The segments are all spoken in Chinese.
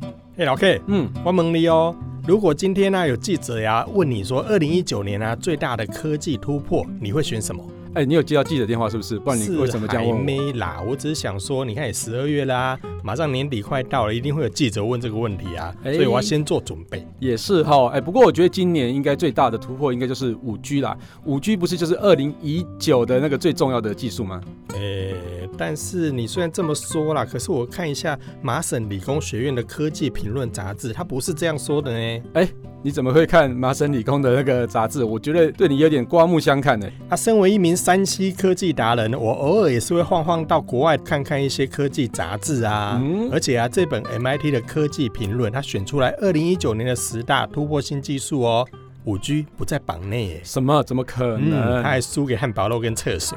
嘿，哎老 K，嗯，我问你哦，如果今天呢、啊有记者呀、问你说，二零一九年啊最大的科技突破，你会选什么？哎、你有接到记者电话是不是？不然你是为什么这样还问我？没啦，我只是想说，你看也十二月啦，马上年底快到了，一定会有记者问这个问题啊，哎所以我要先做准备。也是哈，哎、不过我觉得今年应该最大的突破应该就是五 G 啦。五 G 不是就是二零一九的那个最重要的技术吗？诶、哎但是你虽然这么说啦，可是我看一下麻省理工学院的科技评论杂志，它不是这样说的呢。你怎么会看麻省理工的那个杂志？我觉得对你有点刮目相看呢、啊，身为一名山西科技达人，我偶尔也是会晃晃到国外看看一些科技杂志啊。嗯而且啊，这本 MIT 的科技评论，它选出来二零一九年的十大突破新技术哦，五 G 不在榜内耶。什么？怎么可嗯，能？他还输给汉堡肉跟厕所。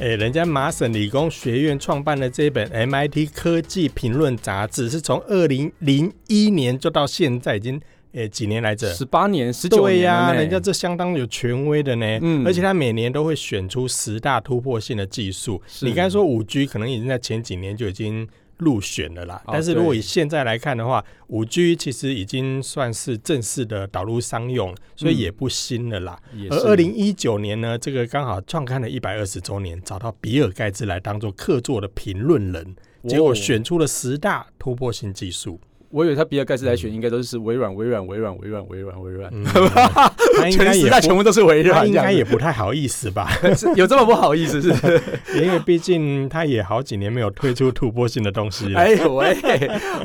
哎，人家麻省理工学院创办的这本 MIT 科技评论杂志，是从二零零一年就到现在，已经诶几年来着？十八年、十九对年呀、了呢人家这相当有权威的呢。嗯而且他每年都会选出十大突破性的技术。是你刚才说五 G 可能已经在前几年就已经入选了啦，哦但是如果以现在来看的话，五 G 其实已经算是正式的导入商用，所以嗯也不新了啦。也是而二零一九年呢，这个刚好创刊了一百二十周年，找到比尔盖茨来当做客座的评论人，哦结果选出了十大突破性技 术。我以为他比尔盖茨来选，应该都是微软、微软、微软、微软、微软、微软，嗯，他应该全时也代全不，部都是微他 软，应这样该子也不太好意思吧。是有这么不好意思是不 是？因为毕竟他也好几年没有推出突破性的东西了。哎呦喂，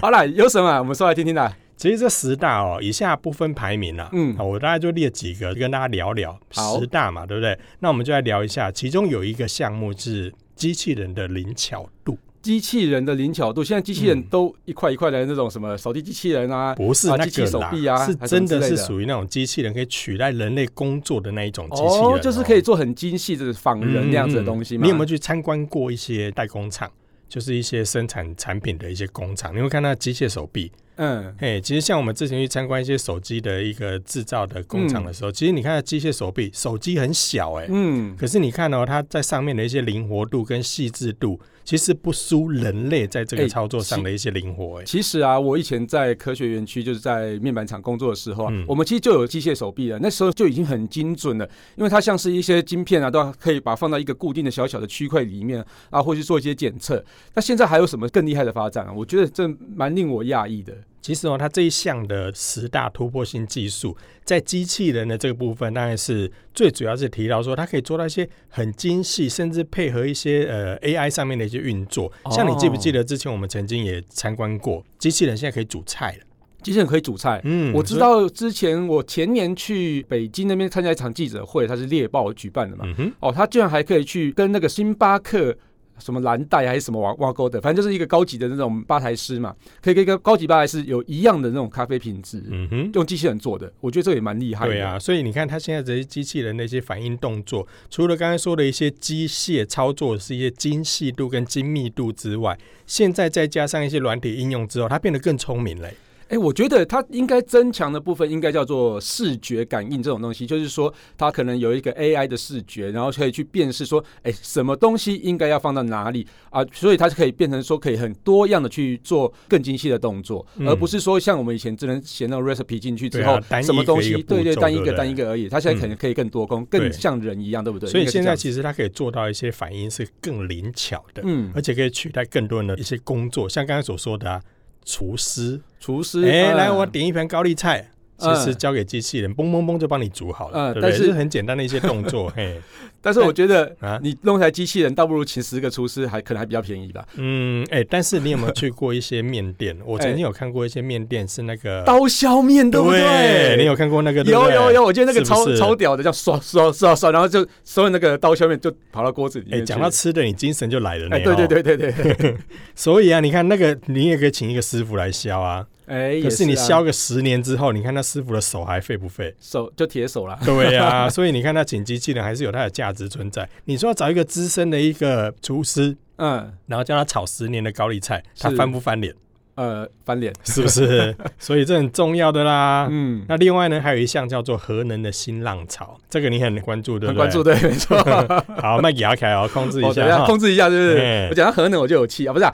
好啦，有什么啊？我们说来听听啦。其实这十大哦，以下不分排名了、嗯啊，我大概就列几个跟大家聊聊好十大嘛，对不对？那我们就来聊一下，其中有一个项目是机器人的灵巧度，机器人的灵巧度，现在机器人嗯都一块一块的那种什么扫地机器人啊，不是啊那机个器手啦，臂啊是真的还是什么之类是的属于那种机器人可以取代人类工作的那一种机器人、哦，就是可以做很精细的仿人那样子的东西嗯嘛。你有没有去参观过一些代工厂？就是一些生产产品的一些工厂，你会看到机械手臂，嗯，嘿，其实像我们之前去参观一些手机的一个制造的工厂的时候，其实你看它机械手臂，手机很小哎、嗯，可是你看哦，它在上面的一些灵活度跟细致度，其实不输人类在这个哎操作上的一些灵活哎、其实啊，我以前在科学园区，就是在面板厂工作的时候啊，嗯我们其实就有机械手臂了。那时候就已经很精准了，因为它像是一些晶片啊，都可以把它放到一个固定的小小的区块里面啊，或去做一些检测。那现在还有什么更厉害的发展啊？我觉得这蛮令我讶异的。其实哦，它这一项的十大突破性技术，在机器人的这个部分，当然是最主要是提到说，它可以做到一些很精细，甚至配合一些呃 AI 上面的一些运作。像你记不记哦得之前我们曾经也参观过，机器人现在可以煮菜了。机器人可以煮菜，嗯我知。道之前我前年去北京那边参加一场记者会，它是猎豹举办的嘛。嗯哼，哦，他居然还可以去跟那个星巴克什么蓝带还是什么挖挖沟的，反正就是一个高级的那种吧台师嘛，可以跟一个高级吧台师有一样的那种咖啡品质，嗯哼，用机器人做的，我觉得这个也蛮厉害的。对啊，，所以你看它现在这些机器人的一些反应动作，除了刚才说的一些机械操作是一些精细度跟精密度之外，现在再加上一些软体应用之后，它变得更聪明了欸。哎，我觉得它应该增强的部分应该叫做视觉感应这种东西，就是说它可能有一个 AI 的视觉，然后可以去辨识说，哎，什么东西应该要放到哪里啊，所以它是可以变成说可以很多样的去做更精细的动作，嗯而不是说像我们以前只能写那种 recipe 进去之对后，啊单一什么东一西个一个步对对骤单一对不个对嗯单一个而已，它现在可能可以更多工，更对像人一样，对不对？所以应该是现这在样子其实它可以做到一些反应是更灵巧的，嗯，而且可以取代更多人的一些工作，像刚才所说的、啊、厨师，厨师哎、来嗯我点一盘高丽菜。其实交给机器人，嘣嘣嘣就帮你煮好了，嗯对不对？但是就是很简单的一些动 作，嘿，但是我觉得啊你弄台机器人，倒不如请十个厨师还可能还比较便宜吧。嗯，哎、但是你有没有去过一些面 店？我曾经有看过一些面店是那个，哎刀削面对不对？你有看过那个？对不有对有有，我觉得那个是不超是超屌的，这样刷刷刷刷，然后就所有那个刀削面就跑到锅子里哎，面去。讲到吃的，你精神就来了呢、哎，对哦对，对对对，所以啊，你看那个，你也可以请一个师傅来削啊。 哎，可也是你啊？削个十年之后，你看那师傅的手还废不废 手就铁手啦。对啊，所以你看他请机器人还是有它的价值存在。你说要找一个资深的一个厨师，嗯然后叫他炒十年的高丽菜，他是翻不翻脸？呃，翻脸。是不是？ 所以这很重要的啦。嗯，那另外呢，还有一项叫做核能的新浪潮，这个你很关注，对不很对？关注对，没错。 好，麦给阿凯哦，控制一我等下一下哈。控制一下，是不是哎？我讲到核能我就有气啊，不是啊？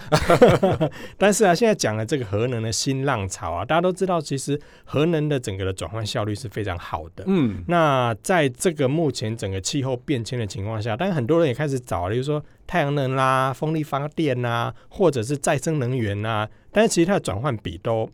但是啊，现在讲的这个核能的新浪潮啊，大家都知道，其实核能的整个的转换效率是非常好的。嗯，那在这个目前整个气候变迁的情况下，但很多人也开始找，例如说太阳能啦、风力发电啦，或者是再生能源啦，但是其实它的转换比都，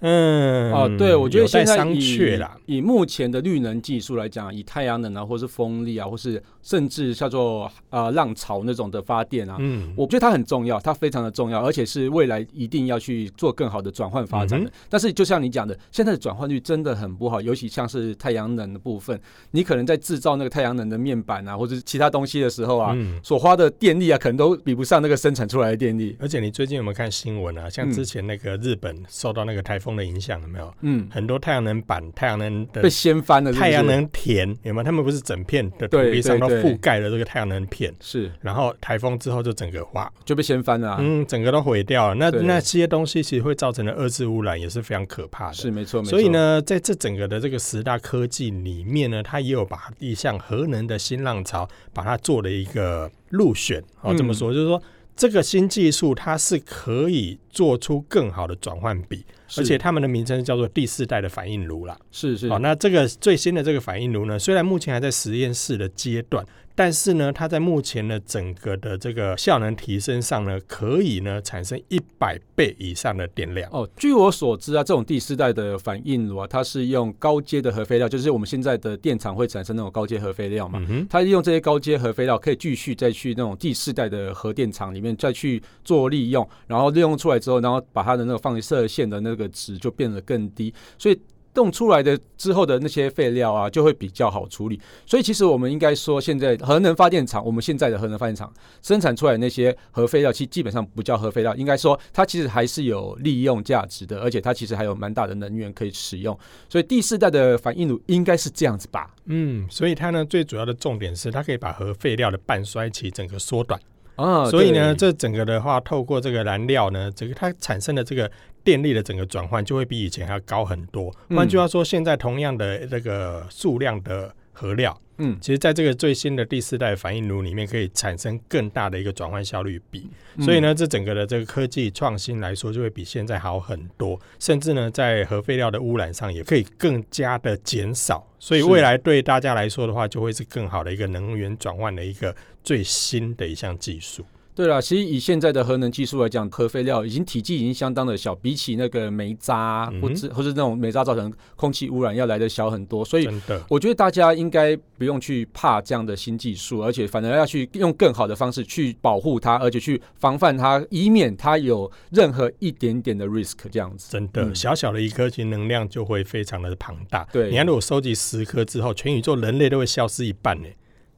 嗯，哦，对，我觉得有待现在商榷以啦。以目前的绿能技术来讲，以太阳能啊，或是风力啊，或是甚至叫做呃浪潮那种的发电啊，嗯，我觉得它很重要，它非常的重要，而且是未来一定要去做更好的转换发展的。嗯但是就像你讲的，现在的转换率真的很不好，尤其像是太阳能的部分，你可能在制造那个太阳能的面板啊，或者是其他东西的时候啊，嗯，所花的电力啊，可能都比不上那个生产出来的电力。而且你最近有没有看新闻啊？像嗯之前那个日本受到那个台风的影响，有没有？嗯，很多太阳能板、太阳能的被掀翻了是不太是阳能田有没有？他们不是整片的土对地上对都对覆盖了这个太阳能片，是然后台风之后就整个哇，就被掀翻了、啊，嗯，整个都毁掉了。那对那些东西其实会造成的二次污染也是非常可怕的。是没错，没错。所以，呢，在这整个的这个十大科技里面呢，它也有把一项核能的新浪潮，把它做了一个入选。哦，嗯这么说、就是说，这个新技术它是可以做出更好的转换比，而且他们的名称叫做第四代的反应炉啦。是是好、那这个最新的这个反应炉呢，虽然目前还在实验室的阶段，但是呢，它在目前的整个的这个效能提升上呢，可以呢产生一百倍以上的电量。哦，据我所知啊，这种第四代的反应炉啊，它是用高阶的核废料，就是我们现在的电厂会产生那种高阶核废料嘛。嗯哼，它利用这些高阶核废料，可以继续再去那种第四代的核电厂里面再去做利用，然后利用出来之后，然后把它的那个放射线的那个值就变得更低，所以冻出来的之后的那些废料啊，就会比较好处理。所以其实我们应该说，现在核能发电厂，我们现在的核能发电厂生产出来的那些核废料，其实基本上不叫核废料，应该说它其实还是有利用价值的，而且它其实还有蛮大的能源可以使用。所以第四代的反应炉应该是这样子吧？嗯，所以它呢最主要的重点是，它可以把核废料的半衰期整个缩短。啊所以呢，对这整个的话，透过这个燃料呢，这个它产生的这个电力的整个转换，就会比以前还要高很多。嗯换句话说，现在同样的这个数量的核料，嗯其实在这个最新的第四代反应炉里面，可以产生更大的一个转换效率比。嗯所以，呢，这整个的这个科技创新来说，就会比现在好很多，甚至呢，在核废料的污染上也可以更加的减少。所以是未来对大家来说的话，就会是更好的一个能源转换的一个最新的一项技术。对了，其实以现在的核能技术来讲，核废料已经体积已经相当的小，比起那个煤渣啊嗯哼或者或是那种煤渣造成空气污染要来的小很多，所以。真的，我觉得大家应该不用去怕这样的新技术，而且反而要去用更好的方式去保护它，而且去防范它，以免它有任何一点点的 risk 这样子。真的，嗯小小的一颗，其实能量就会非常的庞大。对你看，如果收集十颗之后，全宇宙人类都会消失一半呢、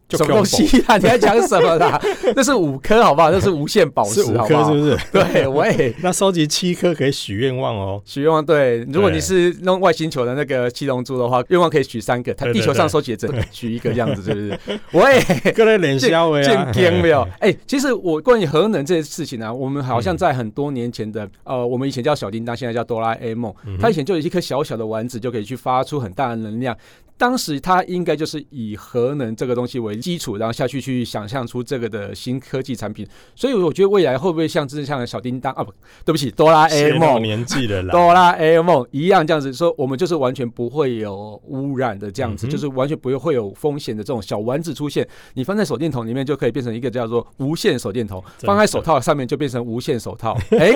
就什么东恐西啊？你在讲什么 啦？那是五颗好不好？那是无限宝怖是石五好不颗，是好？不是？对，喂。那收集七颗可以许愿望哦。许愿望对，如果对你是弄外星球的那个七龙珠的话，愿望可以许三个，它对对地球上收集的只能许一个这样子，是不 是？喂，各类脸消微啊，嗯见天没有嘿？哎、其实我关于核能这件事情呢、啊，我们好像在很多年前的，呃，我们以前叫小叮当，现在叫哆啦 A 梦，嗯哼它以前就有一颗小小的丸子就可以去发出很大的能量。当时它应该就是以核能这个东西为基础，然后下去去想象出这个的新科技产品。所以我觉得未来会不会像之前像小叮当啊，不对不起，哆啦 A 泄露梦。年纪的啦，哆啦 A 梦一样这样子说，我们就是完全不会有污染的这样子，嗯哼就是完全不会有风险的这种小丸子出现。你放在手电筒里面就可以变成一个叫做无线手电筒，真的放在手套上面就变成无线手 套。哎、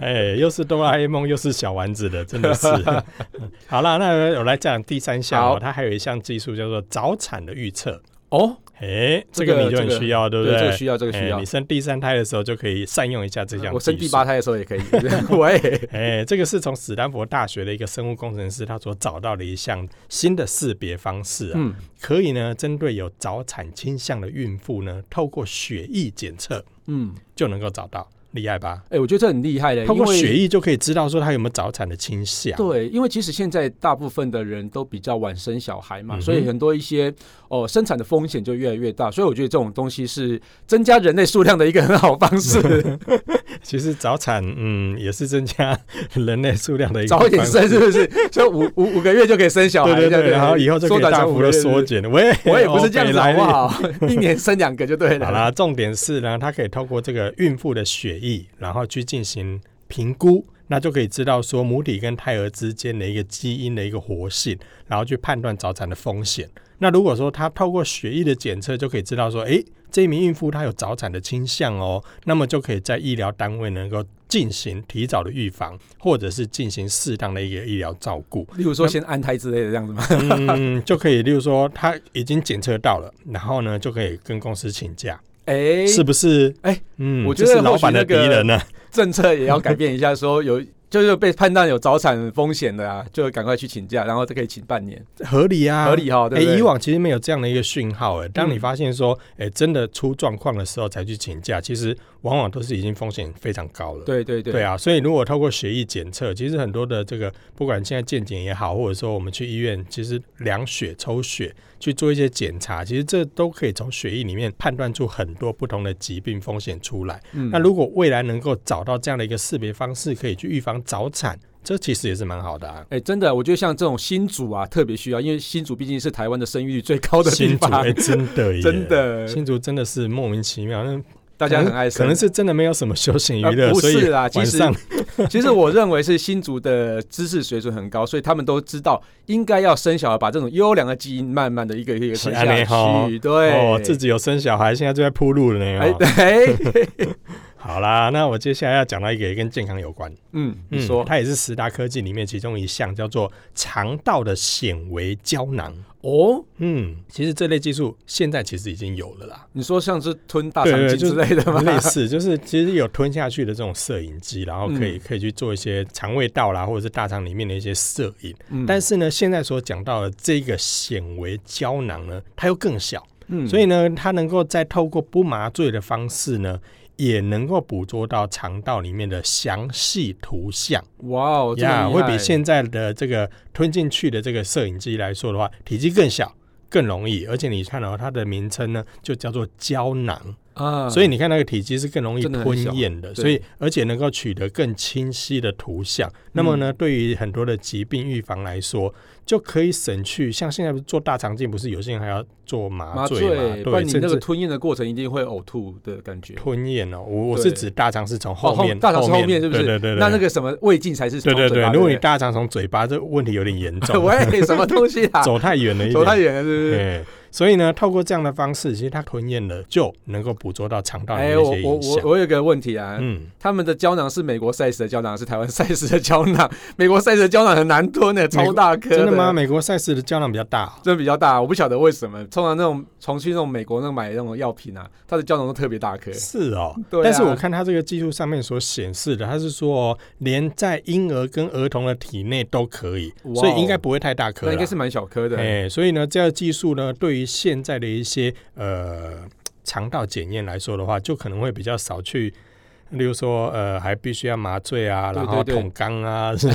哎，又是哆啦 A 梦，又是小丸子的，真的 是。 好啦，那我来讲第三项哦好，它还有一项技术叫做早产的预测。哦，哎，这这个个你就很需要，对不对，这个对？需要，这个需哎要呃你。生第三胎的时候就可以善用一下这项技术。我生第八胎的时候也可以。 喂，哎、这 个是从史丹佛大学的一个生物工程师他所找到的一项新的识别方式啊，嗯可以呢针对有早产倾向的孕妇呢，透过血液检测嗯，就能够找到，厉害吧？哎、我觉得这很厉害嘞，透因过血为液就可以知道说她有没有早产的倾向。啊对，因为其实现在大部分的人都比较晚生小孩嘛，嗯哼所以很多一些哦、生产的风险就越来越大，所以我觉得这种东西是增加人类数量的一个很好方 式，其实早产，嗯，也是增加人类数量的一个早一点方式生是不是？所以五五五个月就可以生小孩，对对这样对，然后以后就可缩以短大成五幅个的月缩是减。喂，不是我也不是这样子哦好北不来好？一年生两个就对 了。好啦，重点是呢，它可以透过这个孕妇的血液，然后去进行评估，那就可以知道说母体跟胎儿之间的一个基因的一个活性，然后去判断早产的风险。那如果说它透过血液的检测就可以知道说，诶，这名孕妇她有早产的倾向哦，那么就可以在医疗单位能够进行提早的预防，或者是进行适当的一个医疗照顾。例如说先安胎之类的这样子嘛。嗯，就可以，例如说她已经检测到了，然后呢就可以跟公司请假。哎，是不是？哎嗯我这觉得是老或许板的那敌个人啊呢、政策也要改变一下，说有就是被判断有早产风险的啊，就赶快去请假，然后就可以请半年，合理啊，合。理哈，对哎、不对？以往其实没有这样的一个讯号、哎，当你嗯发现说，哎、真的出状况的时候才去请假，其实往往都是已经风险非常高了。。对对对，啊，所以如果透过血液检测，其实很多的这个，不管现在健检也好，或者说我们去医院，其实量血、抽血去做一些检查，其实这都可以从血液里面判断出很多不同的疾病风险出来。嗯那如果未来能够找到这样的一个识别方式，可以去预防早产，这其实也是蛮好的、啊。哎、真的，我觉得像这种新主啊，特别需要，因为新主毕竟是台湾的生育率最高的地新竹方，哎、真的耶， 真，的，新竹真的是莫名其妙，那大家很爱生，可能是真的没有什么休闲娱乐，呃不所以是啦，其晚实上其实我认为是新竹的知识水准很高，所以他们都知道应该要生小孩，把这种优良的基因慢慢的一个一个是传这样下去，对，哦，自己有生小孩，现在就在铺路了呢、哎哦 哎，好啦，那我接下来要讲到一个也跟健康有关，嗯，你说、它也是十大科技里面其中一项，叫做肠道的显微胶囊。哦，嗯，其实这类技术现在其实已经有了啦。你说像是吞大对肠对镜之类的吗？类似，就是其实有吞下去的这种摄影机，然后可以、嗯可以去做一些肠胃道啦，或者是大肠里面的一些摄影。嗯但是呢，现在所讲到的这个显微胶囊呢，它又更小，嗯所以呢，它能够再透过不麻醉的方式呢。也能够捕捉到肠道里面的详细图像哇哦，这么厉害会比现在的这个吞进去的这个摄影机来说的话，体积更小、更容易，而且你看到、哦它的名称呢，就叫做胶囊。啊，所以你看那个体积是更容易真的很小吞咽的，对所以而且能够取得更清晰的图像。那么嗯呢，对于很多的疾病预防来说，就可以省去像现在不是做大肠镜，不是有些人还要做麻麻醉嘛？不对，然你甚那个至吞咽的过程一定会呕吐的感觉。吞咽哦。我我对是指大肠是从哦后面，大肠是后面是不是？对对对，对那那。个什么胃镜才是对从对嘴对巴，如果你对大肠从嘴巴，这问题有点严 不重，对喂什么东西 啊？走太远了一点，走太远了是不是？对，所以呢，透过这样的方式，其实它吞咽了就能够捕捉到肠道里面哎，的一些我我影我响。我有个问题啊，嗯，他们的胶囊是美国赛事的胶囊，还是台湾赛事的胶囊？美国赛事的胶囊很难吞的，超大 颗，真的吗？？美国赛事的胶囊比较大哦、真的比较大，我不晓得为什么。通常那种重去那种美国那种买那种药品啊，它的胶囊都特别大颗。是哦，对啊但是我看它这个技术上面所显示的，它是说、哦、连在婴儿跟儿童的体内都可以，哇哦所以应该不会太大颗啦，那应该是蛮小颗的。哎、所以呢，这个技术呢，对于现在的一些呃肠道检验来说的话，就可能会比较少去。例如说，呃，还必须要麻醉啊，对然后对对捅肛啊，是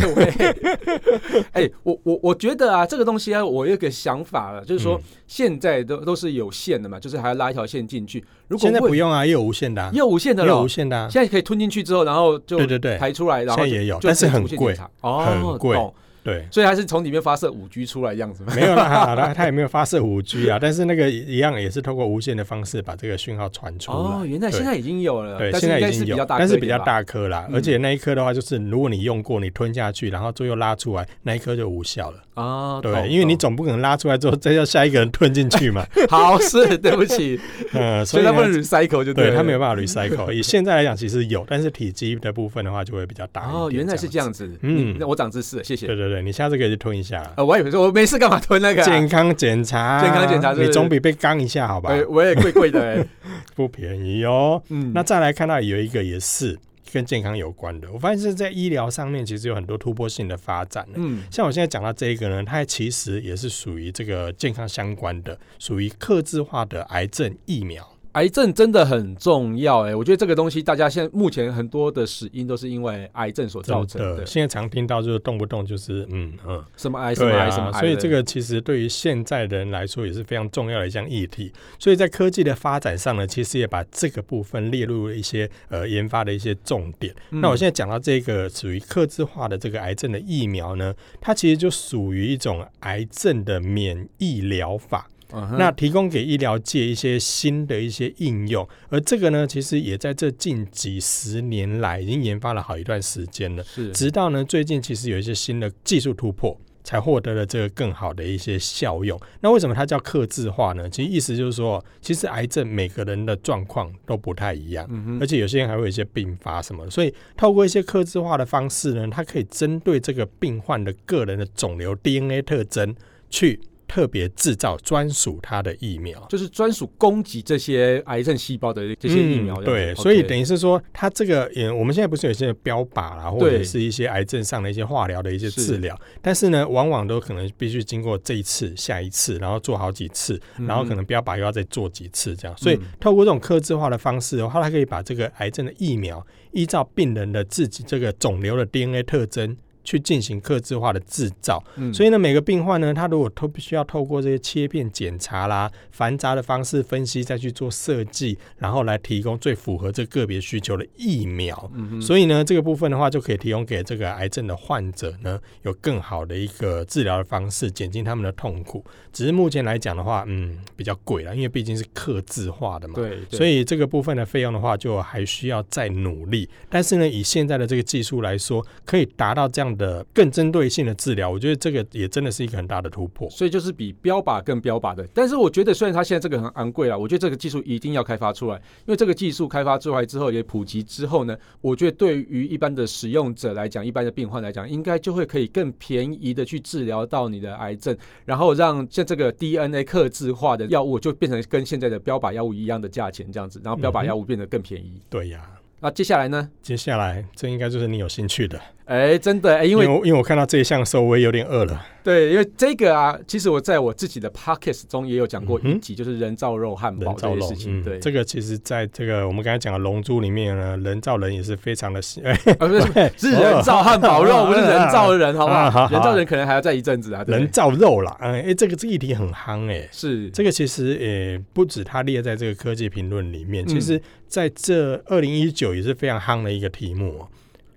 哎、我我我觉得啊，这个东西啊，我有一个想法了，就是说、嗯现在都都是有线的嘛，就是还要拉一条线进去。如果现在问不用啊，也有无线的、啊，也有无线的也有了无，线的、啊，现在可以吞进去之后，然后就对对对，排出来，然现后在就也有，就但是可以很无线贵检查哦，很贵懂对，所以它是从里面发射五 G 出来的样子 吗？没有啦，它它也没有发射五 G 啊，但是那个一样也是透过无线的方式把这个讯号传出来。哦，原来对现在已经有了，对，但是现在应该已是经比较有，大，但是比较。大颗啦，嗯而且那一颗的话，就是如果你用过，你吞下去，然后最后拉出来，那一颗就无效了。啊，对，懂因为你懂总不可能拉出来之后再叫下一个人吞进 去嘛。好 是对不起，嗯，所所以以它呢不能 recycle 就对 了它没有办法 recycle。以现在来讲，其实有，但是体积的部分的话就会比较大一点。哦，原来是这这样子，嗯嗯，那我长知识了，谢样。谢对。对对，你下次可以去吞一 下啦。呃，我还以为说我没事干嘛吞那个啊，健康检查，健康检查是不是你总比被刚一下好吧？哎我也贵贵的 欸，不便宜哦。嗯，那再来看到有一个也是跟健康有关的，我发现是在医疗上面其实有很多突破性的发展呢。嗯像我现在讲到这一个呢，它其实也是属于这个健康相关的，属于克制化的癌症疫苗。癌症真的很重要哎、我觉得这个东西大家现在目前很多的死因都是因为癌症所造成真的，现在常听到就是动不动就是嗯嗯，什么癌什么对癌什么啊，癌，所以这个其实对于现在的人来说也是非常重要的一项议题。所以在科技的发展上呢，其实也把这个部分列入了一些呃研发的一些重点。嗯那我现在讲到这个属于克制化的这个癌症的疫苗呢，它其实就属于一种癌症的免疫疗法。嗯哼那提供给医疗界一些新的一些应用，而这个呢，其实也在这近几十年来已经研发了好一段时间了。是直到呢，最近其实有一些新的技术突破，才获得了这个更好的一些效用。那为什么它叫克制化呢？其实意思就是说，其实癌症每个人的状况都不太一样。嗯哼而且有些人还会有一些并发什么的，所以透过一些克制化的方式呢，它可以针对这个病患的个人的肿瘤 DNA 特征去特别制造专属它的疫苗。就是专属攻击这些癌症细胞的这些疫苗嗯这样子、对， OK 所以等于是说，它这个，嗯，我们现在不是有一些标靶啦，或者对是一些癌症上的一些化疗的一些是治疗，但是呢，往往都可能必须经过这一次、下一次，然后做好几次，然后可能标靶又要再做几次这样。所以嗯透过这种克制化的方式的话，它可以把这个癌症的疫苗依照病人的自己这个肿瘤的 DNA 特征。去进行克制化的制造，嗯所以以呢，每个病患呢，他如果都必须要透过这些切片检查啦、繁杂的方式分析，再去做设计，然后来提供最符合这个别需求的疫苗。嗯哼所以呢，这个部分的话，就可以提供给这个癌症的患者呢，有更好的一个治疗的方式，减轻他们的痛苦。只是目前来讲的话，嗯，比较贵了，因为毕竟是克制化的嘛。嗯对，对所以这个部分的费用的话，就还需要再努力。但是呢，以现在的这个技术来说，可以达到这样的更针对性的治疗，我觉得这个也真的是一个很大的突破。所以就是比标靶更标靶的，但是我觉得虽然它现在这个很昂贵啊，我觉得这个技术一定要开发出来，因为这个技术开发出来之后也普及之后呢，我觉得对于一般的使用者来讲，一般的病患来讲，应该就会可以更便宜的去治疗到你的癌症，然后让像这个 DNA 克制化的药物就变成跟现在的标靶药物一样的价钱这样子，然后标嗯靶药物变得更便宜。对呀、那接下来呢？接下来这应该就是你有兴趣的，哎，真的，哎，因因为为我因为我看到这一项的时候，我也有点饿了。对，因为这个啊，其实我在我自己的 podcast 中也有讲过嗯一哼集，就是人造肉嗯汉堡人这造件龙事，情。对，这个其实在这个我们刚才讲的《龙珠》里面呢，人造人也是非常的喜， 哎， 啊，不是是人造汉堡肉，不是人造人，好不哦啊好好？好人造人可能还要再一阵子啊。对人造肉啦，嗯，哎，这个这个议题很夯哎、是这个其实也不止它列在这个科技评论里面，嗯其实在这二零一九也是非常夯的一个题目、哦，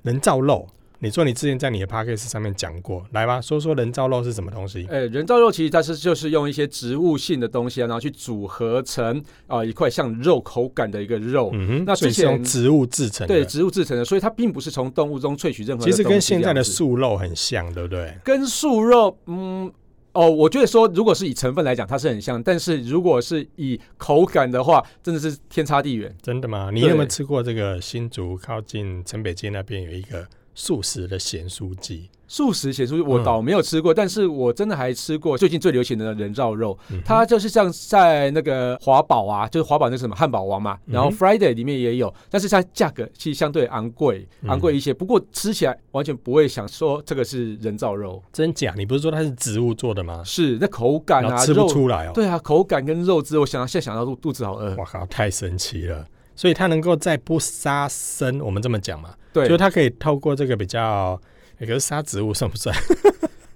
人造肉。你说你之前在你的 p a c k a g e 上面讲过，来吧，说说人造肉是什么东西？呃，人造肉其实它是就是用一些植物性的东西啊，然后去组合成啊、呃一块像肉口感的一个肉，嗯哼，那所以之是用前植物制成对的，植物制成的，所以它并不是从动物中萃取任何的其实东西跟现在这的样子素肉很像，对不对？跟素肉，嗯，哦，我觉得说，如果是以成分来讲，它是很像，但是如果是以口感的话，真的是天差地远。真的吗？你对有没有吃过这个新竹靠近城北街那边有一个素食的咸酥鸡？素食咸酥我嗯倒没有吃过，但是我真的还吃过最近最流行的人造肉，嗯哼它就是像在那个华堡啊，就是华堡那个什么汉堡王嘛，然后嗯 Friday 里面也有，但是它价格其实相对昂贵，嗯昂贵一些，不过吃起来完全不会想说这个是人造肉，真假？你不是说它是植物做的吗？是那口感嗯然啊，后吃不肉出来哦。对啊，口感跟肉质，我想到现在想到肚肚子好饿，我靠，太神奇了！所以它能够在不杀生，我们这么讲嘛，对，就是它可以透过这个比较，欸可是杀植物算不算？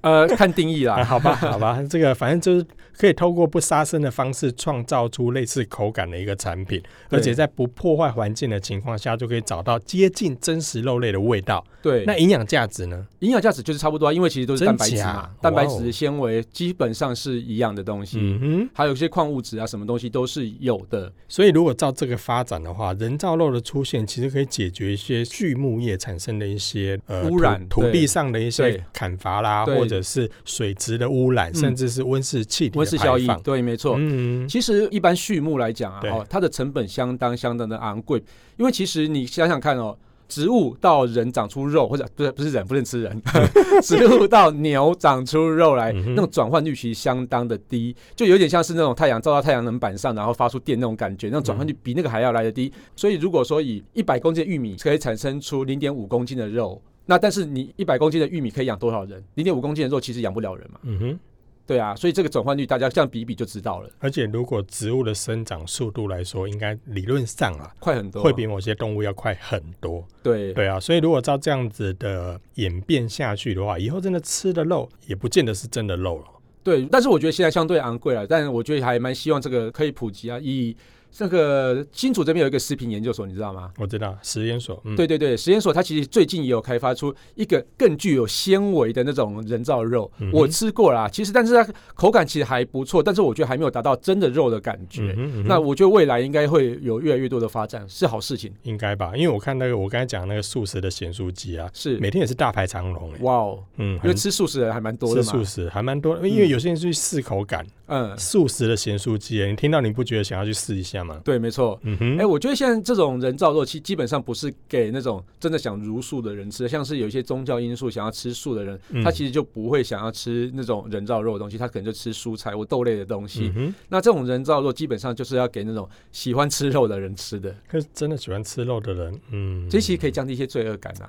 呃，看定义 啊，啦。好吧，好吧，这个反正就是可以透过不杀生的方式创造出类似口感的一个产品，而对且在不破坏环境的情况下，就可以找到接近真实肉类的味道。对，那营养价值呢？营养价值就是差不多、啊，因为其实都是真蛋白质假嘛，蛋白哇质、哦纤维基本上是一样的东西。嗯哼，还有一些矿物质啊，什么东西都是有的。所以如果照这个发展的话，人造肉的出现其实可以解决一些畜牧业产生的一些呃污染土、土地对上的一些对砍伐啦，对或者是水质的污染，嗯甚至是温室气体的温室排效应放，对，没错。嗯，其实一般畜牧来讲啊，对哦，它的成本相当相当的昂贵，因为其实你想想看哦，植物到人长出肉，或者不是不是人不能吃人， 植物到牛长出肉来，嗯哼那种转换率其实相当的低，就有点像是那种太阳照到太阳能板上，然后发出电那种感觉，那种转换率嗯比那个还要来的低。所以如果说以一百公斤的玉米可以产生出零点五公斤的肉。那但是你一百公斤的玉米可以养多少人？零点五公斤的肉其实养不了人嘛，嗯哼。对啊，所以这个转换率大家这样比一比就知道了，而且如果植物的生长速度来说，应该理论上啊，快很多。会比某些动物要快很多。对对啊，所以如果照这样子的演变下去的话，以后真的吃的肉也不见得是真的肉了。对，但是我觉得现在相对昂贵了，但我觉得还蛮希望这个可以普及啊。以这个新竹这边有一个食品研究所，你知道吗？我知道实验所，嗯，对对对，实验所它其实最近也有开发出一个更具有纤维的那种人造肉，嗯哼我吃过啦。其实，但是它口感其实还不错，但是我觉得还没有达到真的肉的感觉。嗯哼，嗯哼那我觉得未来应该会有越来越多的发展，是好事情。应该吧，因为我看那个我刚才讲那个素食的咸酥鸡啊，是，每天也是大排长龙哎、哇哦，嗯，因为很吃素食的人还蛮多吃的素嘛。食还蛮多的，因为有些人是去试口感，嗯，素食的咸酥鸡、欸，你听到你不觉得想要去试一下吗？对，没错。嗯哼，哎、我觉得现在这种人造肉，其基本上不是给那种真的想茹素的人吃的，像是有一些宗教因素想要吃素的人，嗯他其实就不会想要吃那种人造肉的东西，他可能就吃蔬菜或豆类的东西。嗯哼，那这种人造肉基本上就是要给那种喜欢吃肉的人吃的，可是真的喜欢吃肉的人，嗯，这其实可以降低一些罪恶感啊。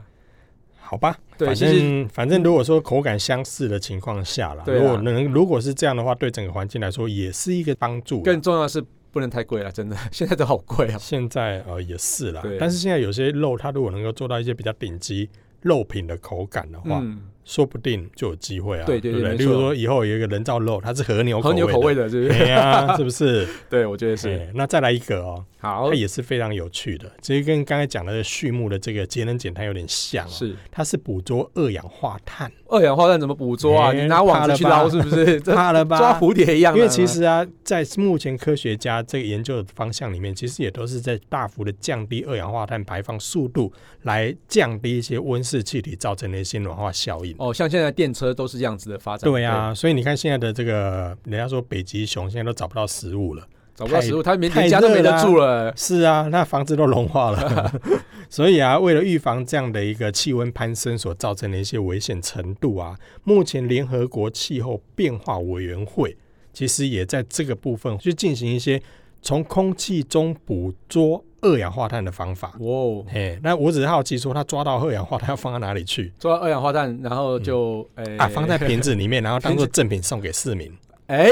好吧，对，反其实嗯正反正如果说口感相似的情况下啦，对啊如果能如果是这样的话，对整个环境来说也是一个帮助啦。更重要的是不能太贵了，真的，现在都好贵 啊。现在呃也是啦对，但是现在有些肉，它如果能够做到一些比较顶级肉品的口感的话，嗯，说不定就有机会啊。对对不对对，没例如错说以后有一个人造肉，它是和牛和牛口味的，的，是不是？对呀，是不是？ 对，我觉得是。哎那再来一个哦，好它，也是非常有趣的，其实跟刚才讲的畜牧的这个节能减碳有点像哦，是它是捕捉二氧化碳，二氧化碳怎么捕捉啊？哎你拿网子去怕了吧捞是不是？这怕了吧？抓蝴蝶一样啊。因为其实啊，在目前科学家这个研究的方向里面，其实也都是在大幅的降低二氧化碳排放速度，来降低一些温室气体造成的一些暖化效应。哦，像现在电车都是这样子的发展。对啊，所以你看现在的这个，人家说北极熊现在都找不到食物了。对，找不到食物，他连太连家都没热了得啊住了。是啊，那房子都融化了。 所以啊，为了预防这样的一个气温攀升所造成的一些危险程度啊，目前联合国气候变化委员会其实也在这个部分去进行一些从空气中捕捉二氧化碳的方法。哇哦，嘿，那我只是好奇说，他抓到二氧化碳要放到哪里去抓到二氧化碳，然后就诶啊？放在 瓶子里面，然后当做赠品送给市民。哎、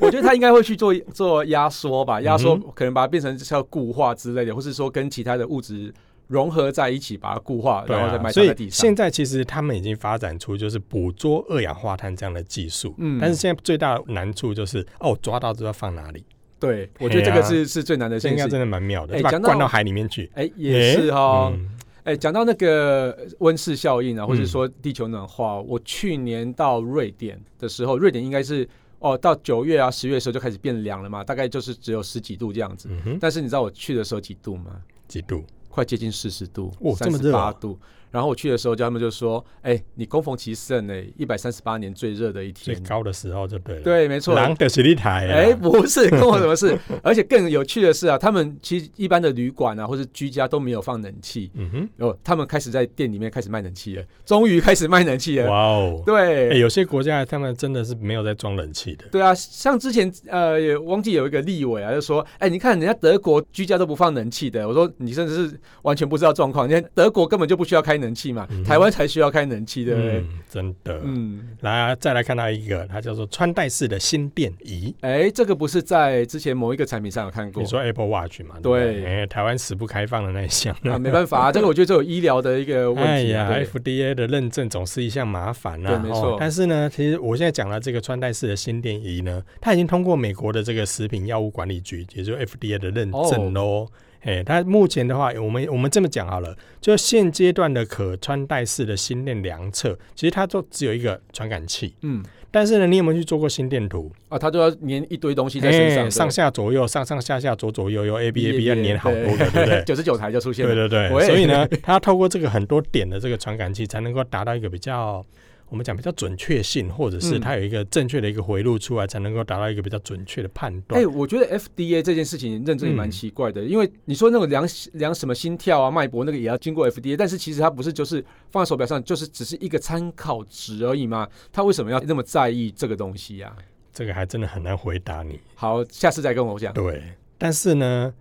我觉得他应该会去做做压缩吧，压缩嗯可能把它变成叫固化之类的，或是说跟其他的物质融合在一起，把它固化，对然后再啊，埋所藏在以地上现。在其实他们已经发展出就是捕捉二氧化碳这样的技术，嗯但是现在最大的难处就是哦，抓到之后放哪里？对，我觉得这嘿个啊是、呃是最难的这事应该情。真的蛮妙的，哎就把它讲到灌到海里面去。哎、也是哦。嗯哎、讲到那个温室效应啊，或者说地球暖化，我去年到瑞典的时候，瑞典应该是哦，到九月啊、十月的时候就开始变凉了嘛，大概就是只有十几度这样子。嗯哼，但是你知道我去的时候几度吗？几度？快接近四十度，哇这三么十热八啊度。然后我去的时候，就他们就说：“哎、你恭逢其盛哎、一百三十八年最热的一最天。高的时候就对”了。，对，没错。狼的水立台啊。哎、不是，跟我什么事？ 而且更有趣的是啊，他们其实一般的旅馆啊，或是居家都没有放冷气，嗯哼，哦，他们开始在店里面开始卖冷气了，终于开始卖冷气了。哇哦！哎，对、有些国家他们真的是没有在装冷气的。对啊，像之前呃，也忘记有一个立委啊，就说：“哎、你看人家德国居家都不放冷气的。”我说：“你甚至是完全不知道状况。你看德国根本就不需要开冷气嘛，嗯台湾才需要开冷气，对不对？嗯，真的。嗯，来，再来看到一个，它叫做穿戴式的心电仪。哎、这个不是在之前某一个产品上有看过你？说 Apple Watch 嘛？不对哎、台湾死不开放的那一项。啊，没办 法、这个我觉得这有医疗的一个问哎题、呀啊。对，FDA 的认证总是一项麻烦啊。对没错哦但是呢，其实我现在讲了这个穿戴式的心电仪呢，它已经通过美国的这个食品药物管理局，也就是 FDA 的认证喽。哦哎，它目前的话，我们我们这么讲好了，就现阶段的可穿戴式的心电量测，其实它都只有一个传感器。嗯，但是呢，你有没有去做过心电图？啊，他都要粘一堆东西在身上，哎对上下左右，上上下下，左左右右，A B A B 要粘好多个，对不对？九十九台就出现对了。对对，喂所以呢，它透过这个很多点的这个传感器，才能够达到一个比较。我们讲比较准确性，或者是嗯它有一个正确的一个回路出来，才能够达到一个比较准确的判哎、断。我觉得 FDA 这件事情认真也蛮嗯奇怪的，因为你说那种量量什么心跳啊、脉搏那个也要经过 FDA，但是其实它不是就是放在手表上，就是只是一个参考值而已嘛，他为什么要那么在意这个东西呀、这个还真的很难回答你。好，下次再跟我讲。对，但是呢，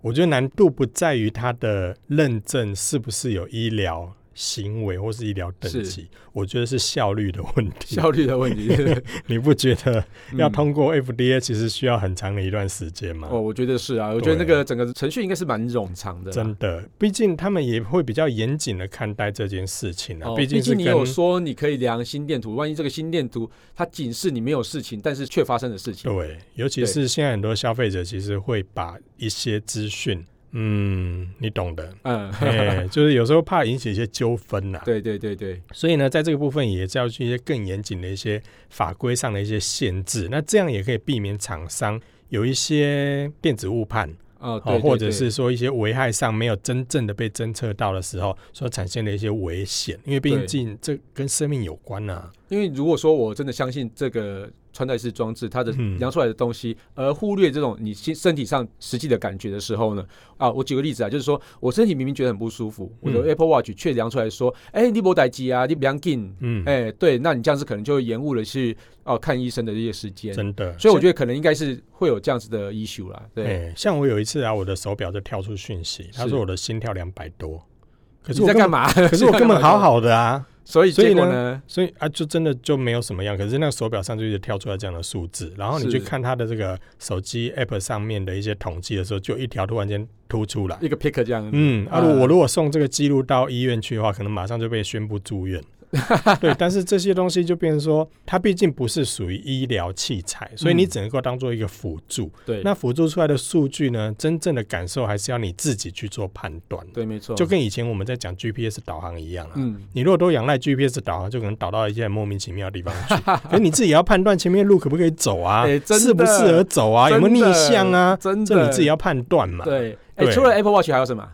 我觉得难度不在于它的认证是不是有医疗行为或是医疗等是级，我觉得是效率的问题。效率的问题 你不觉得要嗯通过 FDA 其实需要很长的一段时间吗？哦，我觉得是啊，我觉得那对个整个程序应该是蛮冗长的啦。真的，毕竟他们也会比较严谨的看待这件事情啊。哦毕、毕是竟你跟有说你可以量心电图，万一这个心电图它警示你没有事情，但是却发生的事情。对，尤其对，是现在很多消费者其实会把一些资讯，嗯，你懂的 嗯，哎，就是有时候怕引起一些纠纷呐、对对对对，所以呢，在这个部分也是要去一些更严谨的一些法规上的一些限制。那这样也可以避免厂商有一些电子误判，哦，哦，对，或对者是说一些危害上没有真正的被侦测到的时候，所产生的一些危险，因为毕对竟这跟生命有关呐、因为如果说我真的相信这个穿戴式装置它的嗯量出来的东西，而忽略这种你身身体上实际的感觉的时候呢，啊，我举个例子啊，就是说我身体明明觉得很不舒服，我的嗯 Apple Watch 却量出来说，哎、你没代机啊，你量劲，嗯，哎、对，那你这样子可能就会延误了去哦、看医生的一些时间。真的。所以我觉得可能应该是会有这样子的 issue 啦，像对。哎像我有一次啊，我的手表就跳出讯息，他是说我的心跳两百多，可可是你我在根干本嘛？ 可是我根本好，好的啊，所以所以结果呢呢？所以啊，就真的就没有什么样。可是那个手表上就一直跳出来这样的数字，然后你是去看它的这个手机 app 上面的一些统计的时候，就一条突然间突出来。一个 pick 这样子，嗯，啊，啊我如果送这个记录到医院去的话，可能马上就被宣布住院。对，但是这些东西就变成说，它毕竟不是属于医疗器材，所以你嗯只能够当做一个辅助。对，那辅助出来的数据呢，真正的感受还是要你自己去做判断。对，没错，就跟以前我们在讲 GPS 导航一样啊。嗯，你如果都仰赖 GPS 导航，就可能导到一些很莫名其妙的地方 去。可是你自己也要判断前面的路可不可以走啊，哎真的适不适合走啊，有没有逆真的向啊，真这的你自己要判断嘛。对。哎，对除了 Apple Watch 还有什么？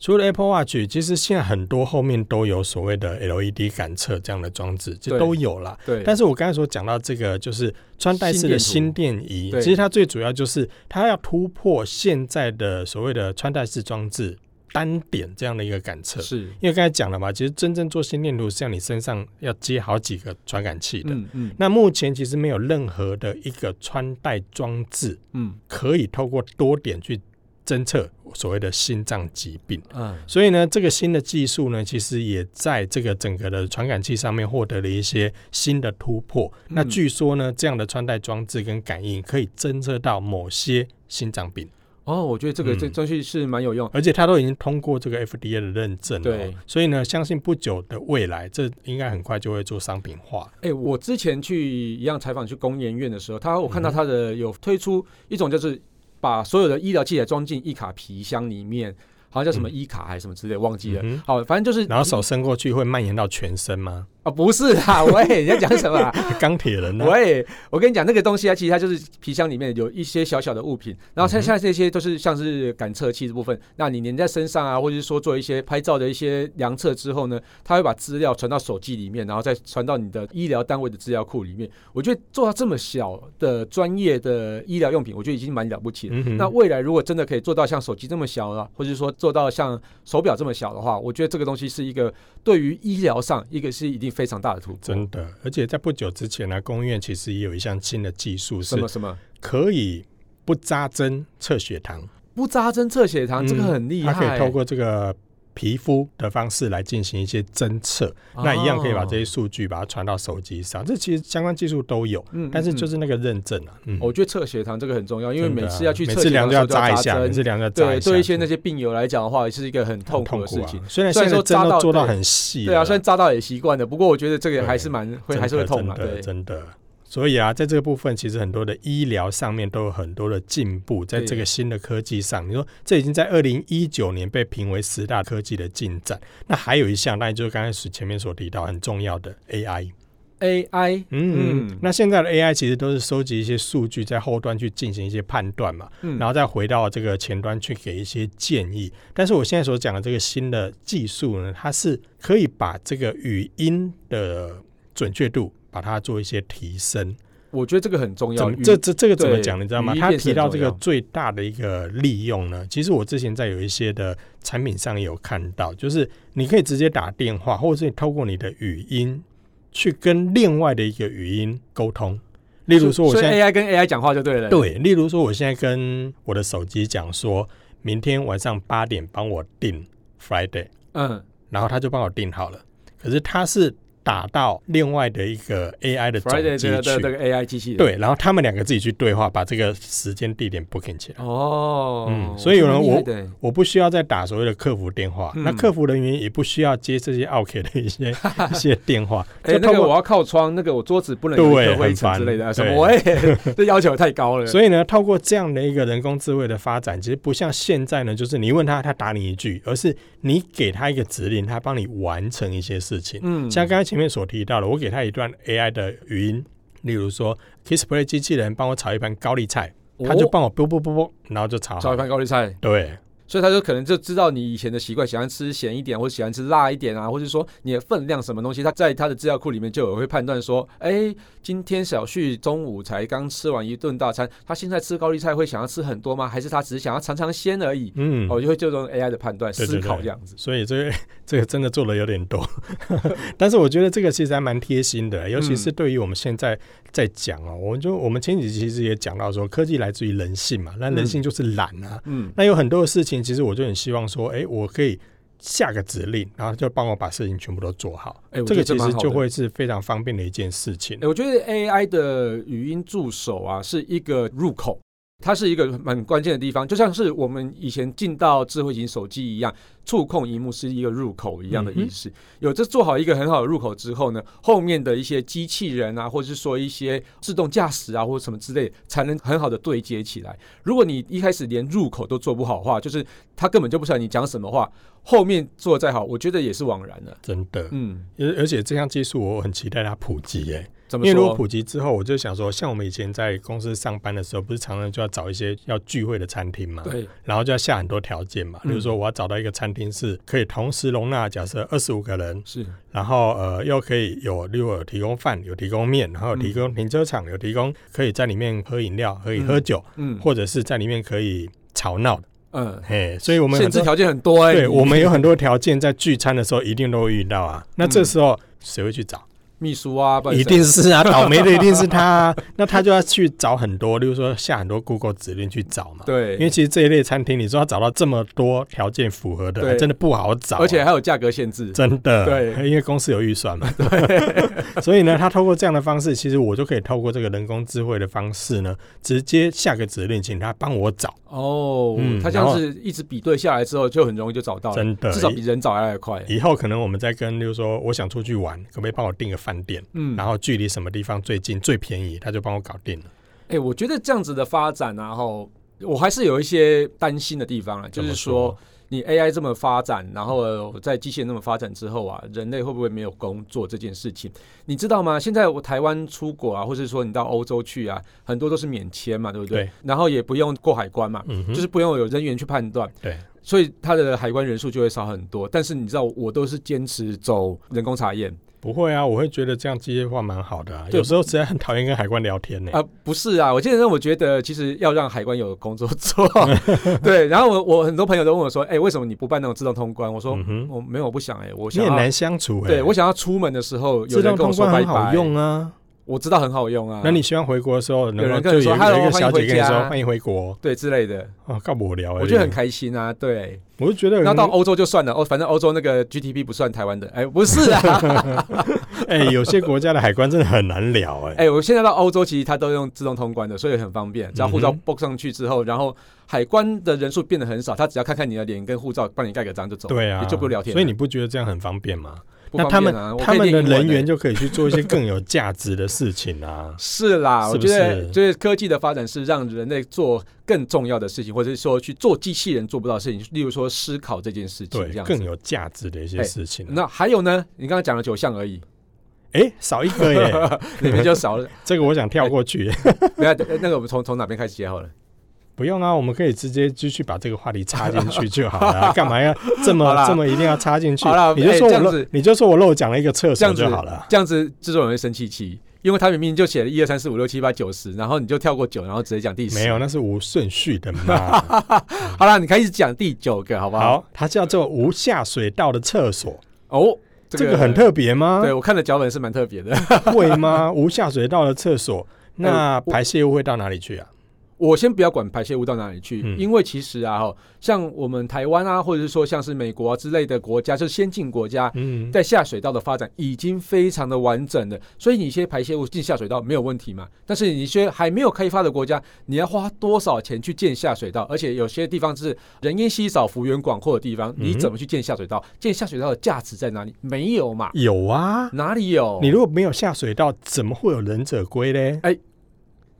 除了 Apple Watch，其实现在很多后面都有所谓的 LED 感测这样的装置，就对都有啦。对，但是我刚才所讲到这个，就是穿戴式的心心电仪，对其实它最主要就是它要突破现在的所谓的穿戴式装置单点这样的一个感测。是，因为刚才讲了嘛，其实真正做心电图是要你身上要接好几个传感器的。嗯嗯那目前其实没有任何的一个穿戴装置嗯可以透过多点去侦测所谓的心脏疾病。嗯，所以呢，这个新的技术呢，其实也在这个整个的传感器上面获得了一些新的突破。嗯那据说呢，这样的穿戴装置跟感应可以侦测到某些心脏病，哦，我觉得这个嗯这东西是蛮有用。而且它都已经通过这个 FDA 的认证了、哦对，所以呢，相信不久的未来，这应该很快就会做商品化。哎，我之前去一样采访去工研院的时候，他我看嗯到他的有推出一种就是把所有的医疗器材装进一卡皮箱里面，好像叫什么嗯医卡还是啊什么之类，忘记了。嗯哼好，反正就是然后手伸过去会蔓延到全身 吗？啊，不是啦，喂，你在讲什么啊？钢铁人呢、喂，我跟你讲，那个东西啊，其实它就是皮箱里面有一些小小的物品，然后嗯它哼像这些都是像是感测器的部分，那你粘在身上啊，或者是说做一些拍照的一些量测之后呢，它会把资料传到手机里面，然后再传到你的医疗单位的资料库里面。我觉得做到这么小的专业的医疗用品，我觉得已经蛮了不起了。嗯哼那未来如果真的可以做到像手机这么小了，或者是说做到像手表这么小的话，我觉得这个东西是一个对于医疗上一个是一定非常大的突破。真的，而且在不久之前呢、工医院其实也有一项新的技术什是么什么？可以不扎针测血糖。不扎针测血糖，这个很厉害、嗯它可以透过这个皮肤的方式来进行一些侦测，哦那一样可以把这些些，数据把它传到手机上。这其实相关技术都有，嗯但是就、嗯是那个认证啊，嗯嗯，我觉得测血糖这个很重要，因为真的每次要去啊每测次血量糖都的时要候都扎一下，扎每针，次量都要扎对，一下，对一些那些病友来讲的话，也是一个很很痛苦痛的苦事啊情。。虽然虽现然在说针扎都到做到对很细了，对啊，虽然扎到也习惯了，不过我觉得这个还是对蛮会真还是会的痛嘛，真的对，真的。所以啊，在这个部分，其实很多的医疗上面都有很多的进步，在对这个新的科技上，你说这已经在二零一九年被评为十大科技的进展。那还有一项，那就是刚开始前面所提到很重要的 AI。 AI，嗯，嗯那现在的 AI 其实都是收集一些数据，在后端去进行一些判断嘛，嗯然后再回到这个前端去给一些建议。但是我现在所讲的这个新的技术呢，它是可以把这个语音的准确度把它做一些提升。我觉得这个很重怎要么。语这这这个怎么对讲？你知道吗语？音他辨识提到很这重个要最大的一个利用呢，其实我之前在有一些的产品上也有看到，就是你可以直接打电话，或者是你透过你的语音去跟另外的一个语音沟通。例如说，我所现以在 AI 跟 AI 讲话就对了。对，例如说我现在跟我的手机讲说，明天晚上八点帮我订 Friday，嗯然后他就帮我订好了。可是他是打到另外的一个 AI 的总，Friday 机这个这去个这。个 AI 机器人。对，然后他们两个自己去对话，把这个时间地点 booking 起来。哦，嗯所以有人我我我不需要再打所谓的客服电话，嗯那客服人员也不需要接这些 OK 的一 些一些电话。哎、就那透个过我要靠窗，那个我桌子不能有对一颗灰很尘烦之类的啊，什对么？我也 这要求太高了。以所以呢，透过这样的一个人工智慧的发展，其实不像现在呢，就是你问他，他答你一句，而是你给他一个指令，他帮你完成一些事情。嗯像刚才前面所提到的，我给他一段 AI 的语音，例如说 Kissplay 机器人帮我炒一盘高丽菜，他就帮帮我啵啵啵啵，然后就炒好找一了。哦盘高丽菜，对，所以他就可能就知道你以前的习惯，喜欢吃咸一点，或喜欢吃辣一点啊，或者说你的分量什么东西，他在他的资料库里面就有会判断说，哎、今天小旭中午才刚吃完一顿大餐，他现在吃高丽菜会想要吃很多吗？还是他只是想要尝尝鲜而已？嗯，哦，就会就用 AI 的判断对思对对考这样子。所以这个 这个真的做的有点多， 但是我觉得这个其实还蛮贴心 的，尤其是嗯对于我们现在在讲哦，我们就我们前几集其实也讲到说，科技来自于人性嘛，那人性就是懒啊，嗯，那有很多的事情，其实我就很希望说，哎，我可以下个指令，然后就帮我把事情全部都做好，哎、我这个觉得其蛮实好就的会是非常方便的一件事情欸。我觉得 AI 的语音助手啊，是一个入口。它是一个蛮关键的地方，就像是我们以前进到智慧型手机一样，触控荧幕是一个入口一样的意嗯思。有这做好一个很好的入口之后呢，后面的一些机器人啊，或者是说一些自动驾驶啊，或者什么之类，才能很好的对接起来。如果你一开始连入口都做不好的话，就是它根本就不晓得你讲什么话，后面做得再好，我觉得也是枉然的。真的，嗯，而而且这项技术我很期待它普及耶、怎么因为说？如果普及之后，我就想说，像我们以前在公司上班的时候，不是常常就要找一些要聚会的餐厅嘛，对，然后就要下很多条件嘛，嗯比如说我要找到一个餐厅是可以同时容纳假设二十五个人，是然后呃又可以有例如有提供饭，有提供面，然后有提供停车场，有提供可以在里面喝饮料，可以喝酒，嗯或者是在里面可以吵闹的，嗯。嘿，所以我们限很制多条件很多哎、对你我们有很多条件在聚餐的时候一定都会遇到啊，那这时候谁会去找？秘书啊，不然一谁定是啊，倒霉的一定是他、 啊，那他就要去找很多，例如说下很多 Google 指令去找嘛。对，因为其实这一类餐厅，你说要找到这么多条件符合的，对还真的不好找啊、而且还有价格限制，真的，对，因为公司有预算 嘛， 所以呢，他透过这样的方式，其实我就可以透过这个人工智慧的方式呢，直接下个指令，请他帮我找，哦，嗯他这样是一直比对下来之后，就很容易就找到了，真的，哦至少比人找来的快。以以后可能我们在跟，例如说我想出去玩，可不可以帮我订个饭店，嗯，然后后距离什么地方最近最便宜，他就帮我搞定了。哎，我觉得这样子的发展啊，然后我还是有一些担心的地方啊，就怎是么说。你 AI 这么发展，然后呃在机械那么发展之后啊，人类会不会没有工作这件事情？你知道吗？现在我台湾出国啊，或者说你到欧洲去啊，很多都是免签嘛，对不对？对然后也不用过海关嘛，嗯哼，就是不用有人员去判断。对，所以它的海关人数就会少很多。但是你知道，我都是坚持走人工查验不会啊，我会觉得这样机械化蛮好的、啊。对有时候实在很讨厌跟海关聊天呢、啊、不是啊，我现在我觉得其实要让海关有工作 做，对。然后我我很多朋友都问我说，哎、为什么你不办那种自动通关？我说、嗯哼，我没有，我不想哎、我你想很要难相处哎、对我想要出门的时候有自动人跟我通说关拜很好拜。用啊，我知道很好用啊。那你希望回国的时候，能有人够跟就你说有一个有一 “Hello，个小欢迎姐回跟你说家欢迎回国对之类的，啊，干无聊欸，我觉得很开心啊。对，我就觉得然后到嗯欧洲就算了，哦，反正欧洲那个 GDP 不算台湾的，哎，不是啊，哎，有些国家的海关真的很难聊哎。哎，我现在到欧洲其实它都用自动通关的，所以很方便，只要护照嗯哼 book 上去之后，然后海关的人数变得很少，他只要看看你的脸跟护照，帮你盖个章就 走，对啊，就不聊天了，所以你不觉得这样很方便吗？不那方他便们啊我他可们以练的英文人欸。员就可以去做一些更有价值的事情啊 是啦，是不我觉得是就是科技的发展是让人类做更重要的事情，或者是说去做机器人做不到的事情，例如说思考这件事情对这，样更子。有价值的一些哎事情、啊。那还有呢？你刚刚讲了九项而已，哎、少一个 耶，里面 就少了。这个我想跳过去。没有，呃那个我们从从哪边开始接好了？不用啊，我们可以直接继续把这个话题插进去就好 了啊、干嘛要这好么啦这么一定要插进去好啦？你就哎说这我样漏、子你就说我漏讲了一个厕这所样子就好了。这样子制作人会生气气，因为他明明就写了一二三四五六七八九十，然后你就跳过九，然后直接讲第十。没有，那是无顺序 的啊嘛。好啦，你开始讲第九个好不好？好，它叫做无下水道的厕所，哦，这这个很。特别啊吗？对，我看的脚本是蛮特 别的。会吗？无下水道的厕所，那哎我排泄物会到哪里去啊？我先不要管排泄物到哪里去，嗯因为其实啊，哈，像我们台湾啊，或者是说像是美国、啊之类的国家，就是先进国家，嗯，在下水道的发展已经非常的完整了，所以你一些排泄物进下水道没有问题嘛。但是你一些还没有开发的国家，你要花多少钱去建下水道？而且有些地方是人烟稀少、幅员广阔的地方，嗯你怎么去建下水道？建下水道的价值在哪里？没有嘛？有啊。哪里有？ 你如果没有下水道，怎么会有忍者龟嘞？哎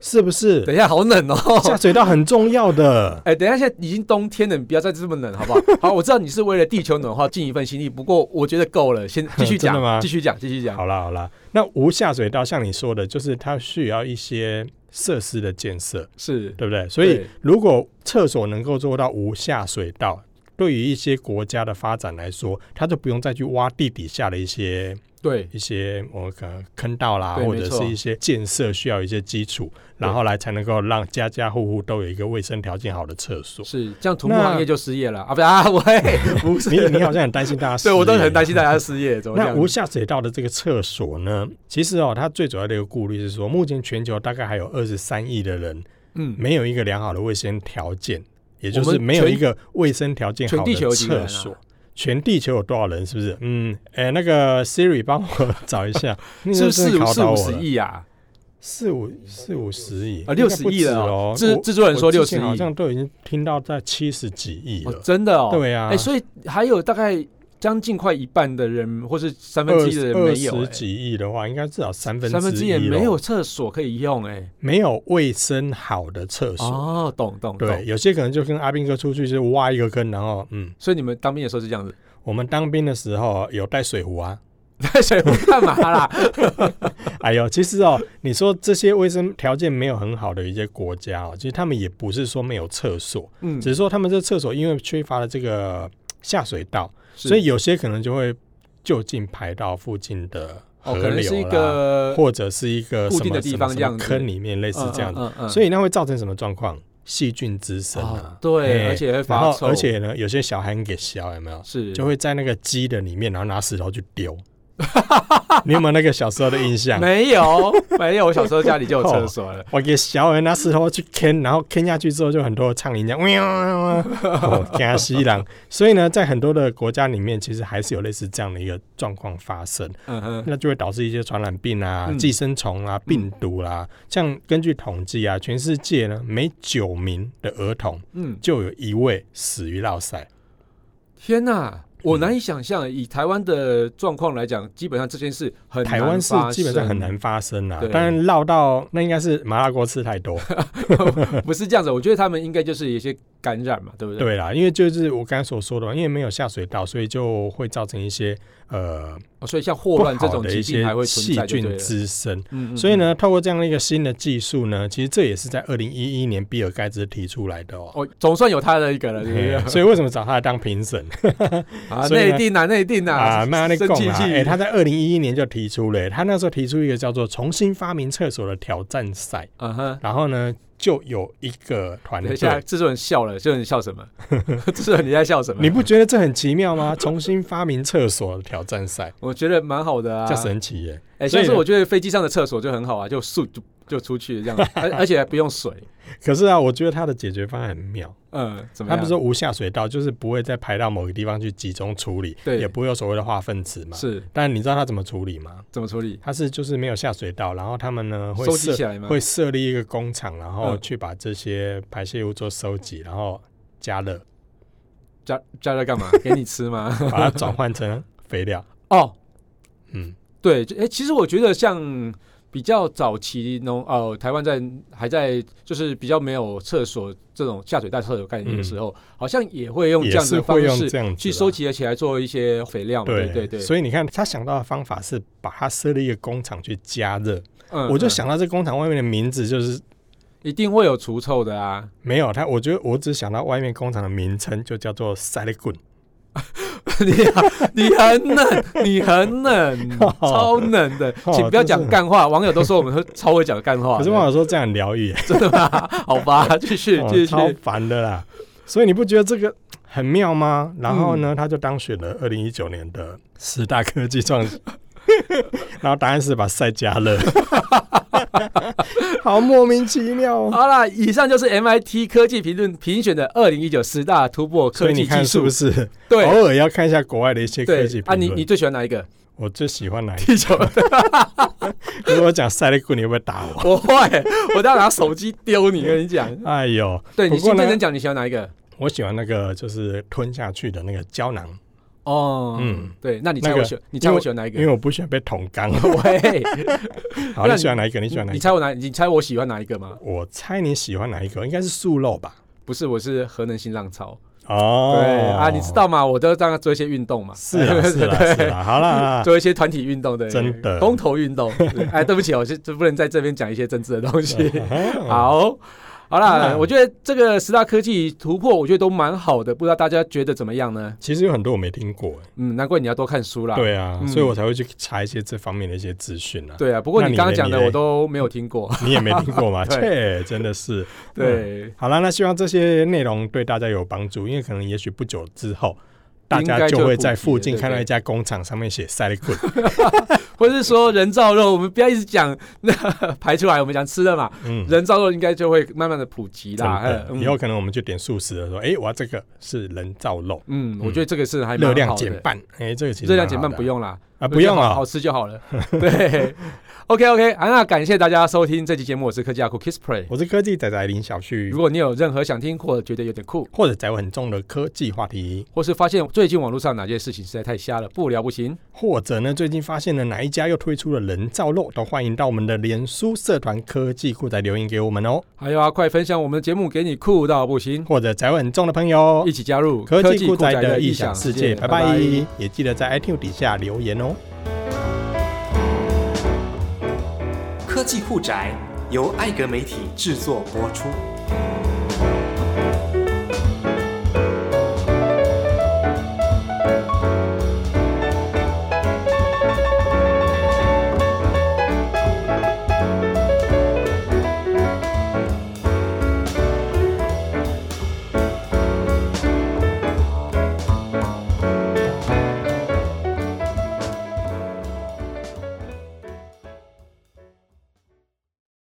是不是？等一下，好冷哦。下水道很重要的。哎、等一下，现在已经冬天了，你不要再这么冷，好不好？好，我知道你是为了地球暖化尽一份心力，不过我觉得够了，先继 续真的吗讲，继续讲，继续讲。好啦好啦，那无下水道像你说的，就是它需要一些设施的建设，是，对不对？所以对如果厕所能够做到无下水道，对于一些国家的发展来说，它就不用再去挖地底下的一些对，一些我可能坑道啦，对或没者错是一些建设需要一些基础，然后来才能够让家家户户都有一个卫生条件好的厕 所。是这样，土木那行业就失业了啊！不是啊， 喂，不是，你你好像很担心大家失 对业，我都很担心大家失业，怎么这那样？无下水道的这个厕所呢？其实哦，它最主要的一个顾虑是说，目前全球大概还有二十三亿的人嗯，没有一个良好的卫生条件，也就我是们没有全一个卫生条件好全地球的有几个人厕啊所。全地球有多少人？是不是？嗯，哎、那个 Siri 帮我 找一下，你是不真是的四考四倒五我十了亿啊？四五四五十亿啊，六十亿了哦哦！制制作人说六十好亿，像都已经听到在七十几亿哦了。真的哦。对啊，哎，所以还有大概将近快一半的人，或是三分二之一的人没有二十哎，几亿的话，应该至少三分三分之之一也哦一咯没有厕所可以用哎。没有卫生好的厕所。哦，懂懂懂对，。有些可能就跟阿兵哥出去就挖一个坑，然后嗯，所以你们当兵的时候是这样子， 我们当兵的时候有带水壶啊。 带水壶干嘛啦？ 哎呦，其实哦，你说这些卫生条件没有很好的一些国家哦，其实他们也不是说没有厕所，嗯只，是说他们这厕所因为缺乏了这个下水道，是所以有些可能就会就近排到附近的河哦，流可啦，能是一个或者是一个呃固什定么的地方什么这样子坑里面，类似这样子。嗯嗯嗯所以那会造成什么状况？细菌滋生啊哦，对，哎而且会然发后臭，而且呢，有些小孩给削有没有？是就会在那个鸡的里面，然后拿石头去丢。 你有没有那个小时候的印象？没 有没有，我小时候家里就哦有厕所了。我给小人拿石头去坑，然后坑下去之后，就很多苍蝇这样，喵喵喵哦，惊西狼。所以呢，在很多的国家里面，其实还是有类似这样的一个状况发生。嗯哼，那就会导致一些传染病啊、嗯寄生虫啊、病毒啦、像根据统计啊，全世界呢每九名的儿童嗯，就有一位死于落塞。天哪，我难以想象，以台湾的状况来讲，基本上这件事很台湾难是发基本上生很难，发生啦、对当然落到那应该是麻辣锅吃太多。 不是这样子。我觉得他们应该就是有一些感染嘛，对不对？对啦，因为就是我刚才所说的嘛，因为没有下水道，所以就会造成一些呃对，所以像霍不乱这好种的疾一病些还会存细在，就对菌了。滋生。嗯嗯所以，呢，透过这样的一个新的技术呢，其实这也是在二零一一年比尔盖茨提出来的哦。哦，总算有他的一个了，对不对嘿？所以为什么找他来当评审？ 啊，所以呢内定啊，内定啊，啊，那那生共气啊，气哎、他在二零一一年就提出了、他那时候提出一个叫做“重新发明厕所”的挑战赛，嗯哼，然后呢，就有一个团等一下，队。制作人笑了，制作人 笑什么？制作人你在笑什么？你不觉得这很奇妙吗？ 重新发明厕所的挑战赛，我觉得蛮好的啊。这神奇耶！哎，所以像是我觉得飞机上的厕所就很好啊，就速就就出去这样，而而且还不用水。可是啊，我觉得他的解决方案很妙。嗯，怎么他样？不是说无下水道，就是不会再排到某个地方去集中处理，对也不会有所谓的化粪池嘛。是但你知道他怎么处理吗？怎么处理？他是就是没有下水道，然后他们呢会收集设起来吗？会设立一个工厂，然后嗯去把这些排泄物做收集，然后加热， 加加热 干嘛？给你吃吗？把它转换成肥料。哦，嗯， 对，就哎、其实我觉得像比较早期农呃，台湾在还在就是比较没有厕所这种下水道厕所概念的时候，好像也会用这嗯也样是的方会用式这样子去啦收。集起来做一些肥料嘛。对对对，所以你看，他想到的方法是把它设立一个工厂去加热。嗯我就嗯想到这工厂外面的名字就是一定会有除臭的啊。没有他，我觉得我只想到外面工厂的名称就叫做塞利棍。 你你很冷，你 很冷，哦超冷的，哦请不要真讲是干话。网友都说我们会超会讲干话 的，可是网友说这样很疗愈，真的吗？好 吧， 继续哦继续。超烦的啦。所以你不觉得这个很妙吗？然后嗯呢，他就当选了二零一九年的十大科技创 新。然后答案是把塞加热，好莫名其妙哦。好啦，以上就是 MIT 科技评论评选的二零一九十大突破所科以你技技看是术不。是？对偶尔要看一下国外的一些科技对啊，评你论。你最喜欢哪一个？ 我最喜欢哪一地球的 个？如果我讲塞利棍，你会不会打我？不会，我都要拿手机丢你，跟你讲。哎呦，对你不过先呢认真讲，你喜欢哪一个？我喜欢那个就是吞下去的那个胶囊，哦，嗯嗯，对，那你猜那个我喜，你猜我喜欢哪一因为个？我不喜欢被捅 干。喂，好，你那你喜欢哪一个？你喜欢哪一你个？猜我哪？你猜我喜欢哪一个吗？我猜你喜欢哪一个？应该是素肉吧？不是，我是核能新浪潮。哦，对啊，你知道吗？我都这样做一些运动嘛。是啦是啦 对是啦，好 啦，做一些团体运动的，真的公投运动。 对哎，对不起哦，我就就不能在这边讲一些政治的东西。嗯，好，好啦，嗯我觉得这个十大科技突破，我觉得都蛮好的，不知道大家觉得怎么样呢？其实有很多我没听过，嗯，难怪你要多看书啦。对啊，嗯所以我才会去查一些这方面的一些资讯啊。对啊，不过那你你刚刚嘞讲的你嘞我都没有听 过。你也没听过嘛？ 对切，真的是。对，好啦，那希望这些内容对大家有帮助，因为可能也许不久之后。大应该家就就会在普及附了近对看到对一家工厂，上面写 s a l i d 或是说人造肉，我们不要一直讲那排出来，我们讲吃的嘛，嗯，人造肉应该就会慢慢的普及真啦。的，嗯以后可能我们就点素食的时候，哎、我要这个是人造肉，嗯，我觉得这个是还蛮热量好的减半，哎、这个其实热量蛮减好半的不用啦，啊，不用好啊、好吃就好了。 对，OK OK，啊，那感谢大家收听这期节目，我是科技阿酷 Kiss Play。我是科技仔仔林小旭如，果你有任何想听或者觉得有点酷，或者宅我很重的科技话题，或是发现最近网络上哪件事情实在太瞎了，不聊不行。或者呢最近发现了哪一家又推出了人造肉，都欢迎到我们的脸书社团科技库仔留言给我们哦，还有啊，快分享我们的节目给你酷到不行，或者宅我很重的朋友一。起加入科技酷酷仔宅的异异想想世界，拜拜！也记得在 iTune 底下留言哦。科技酷宅由艾格媒体制作播出。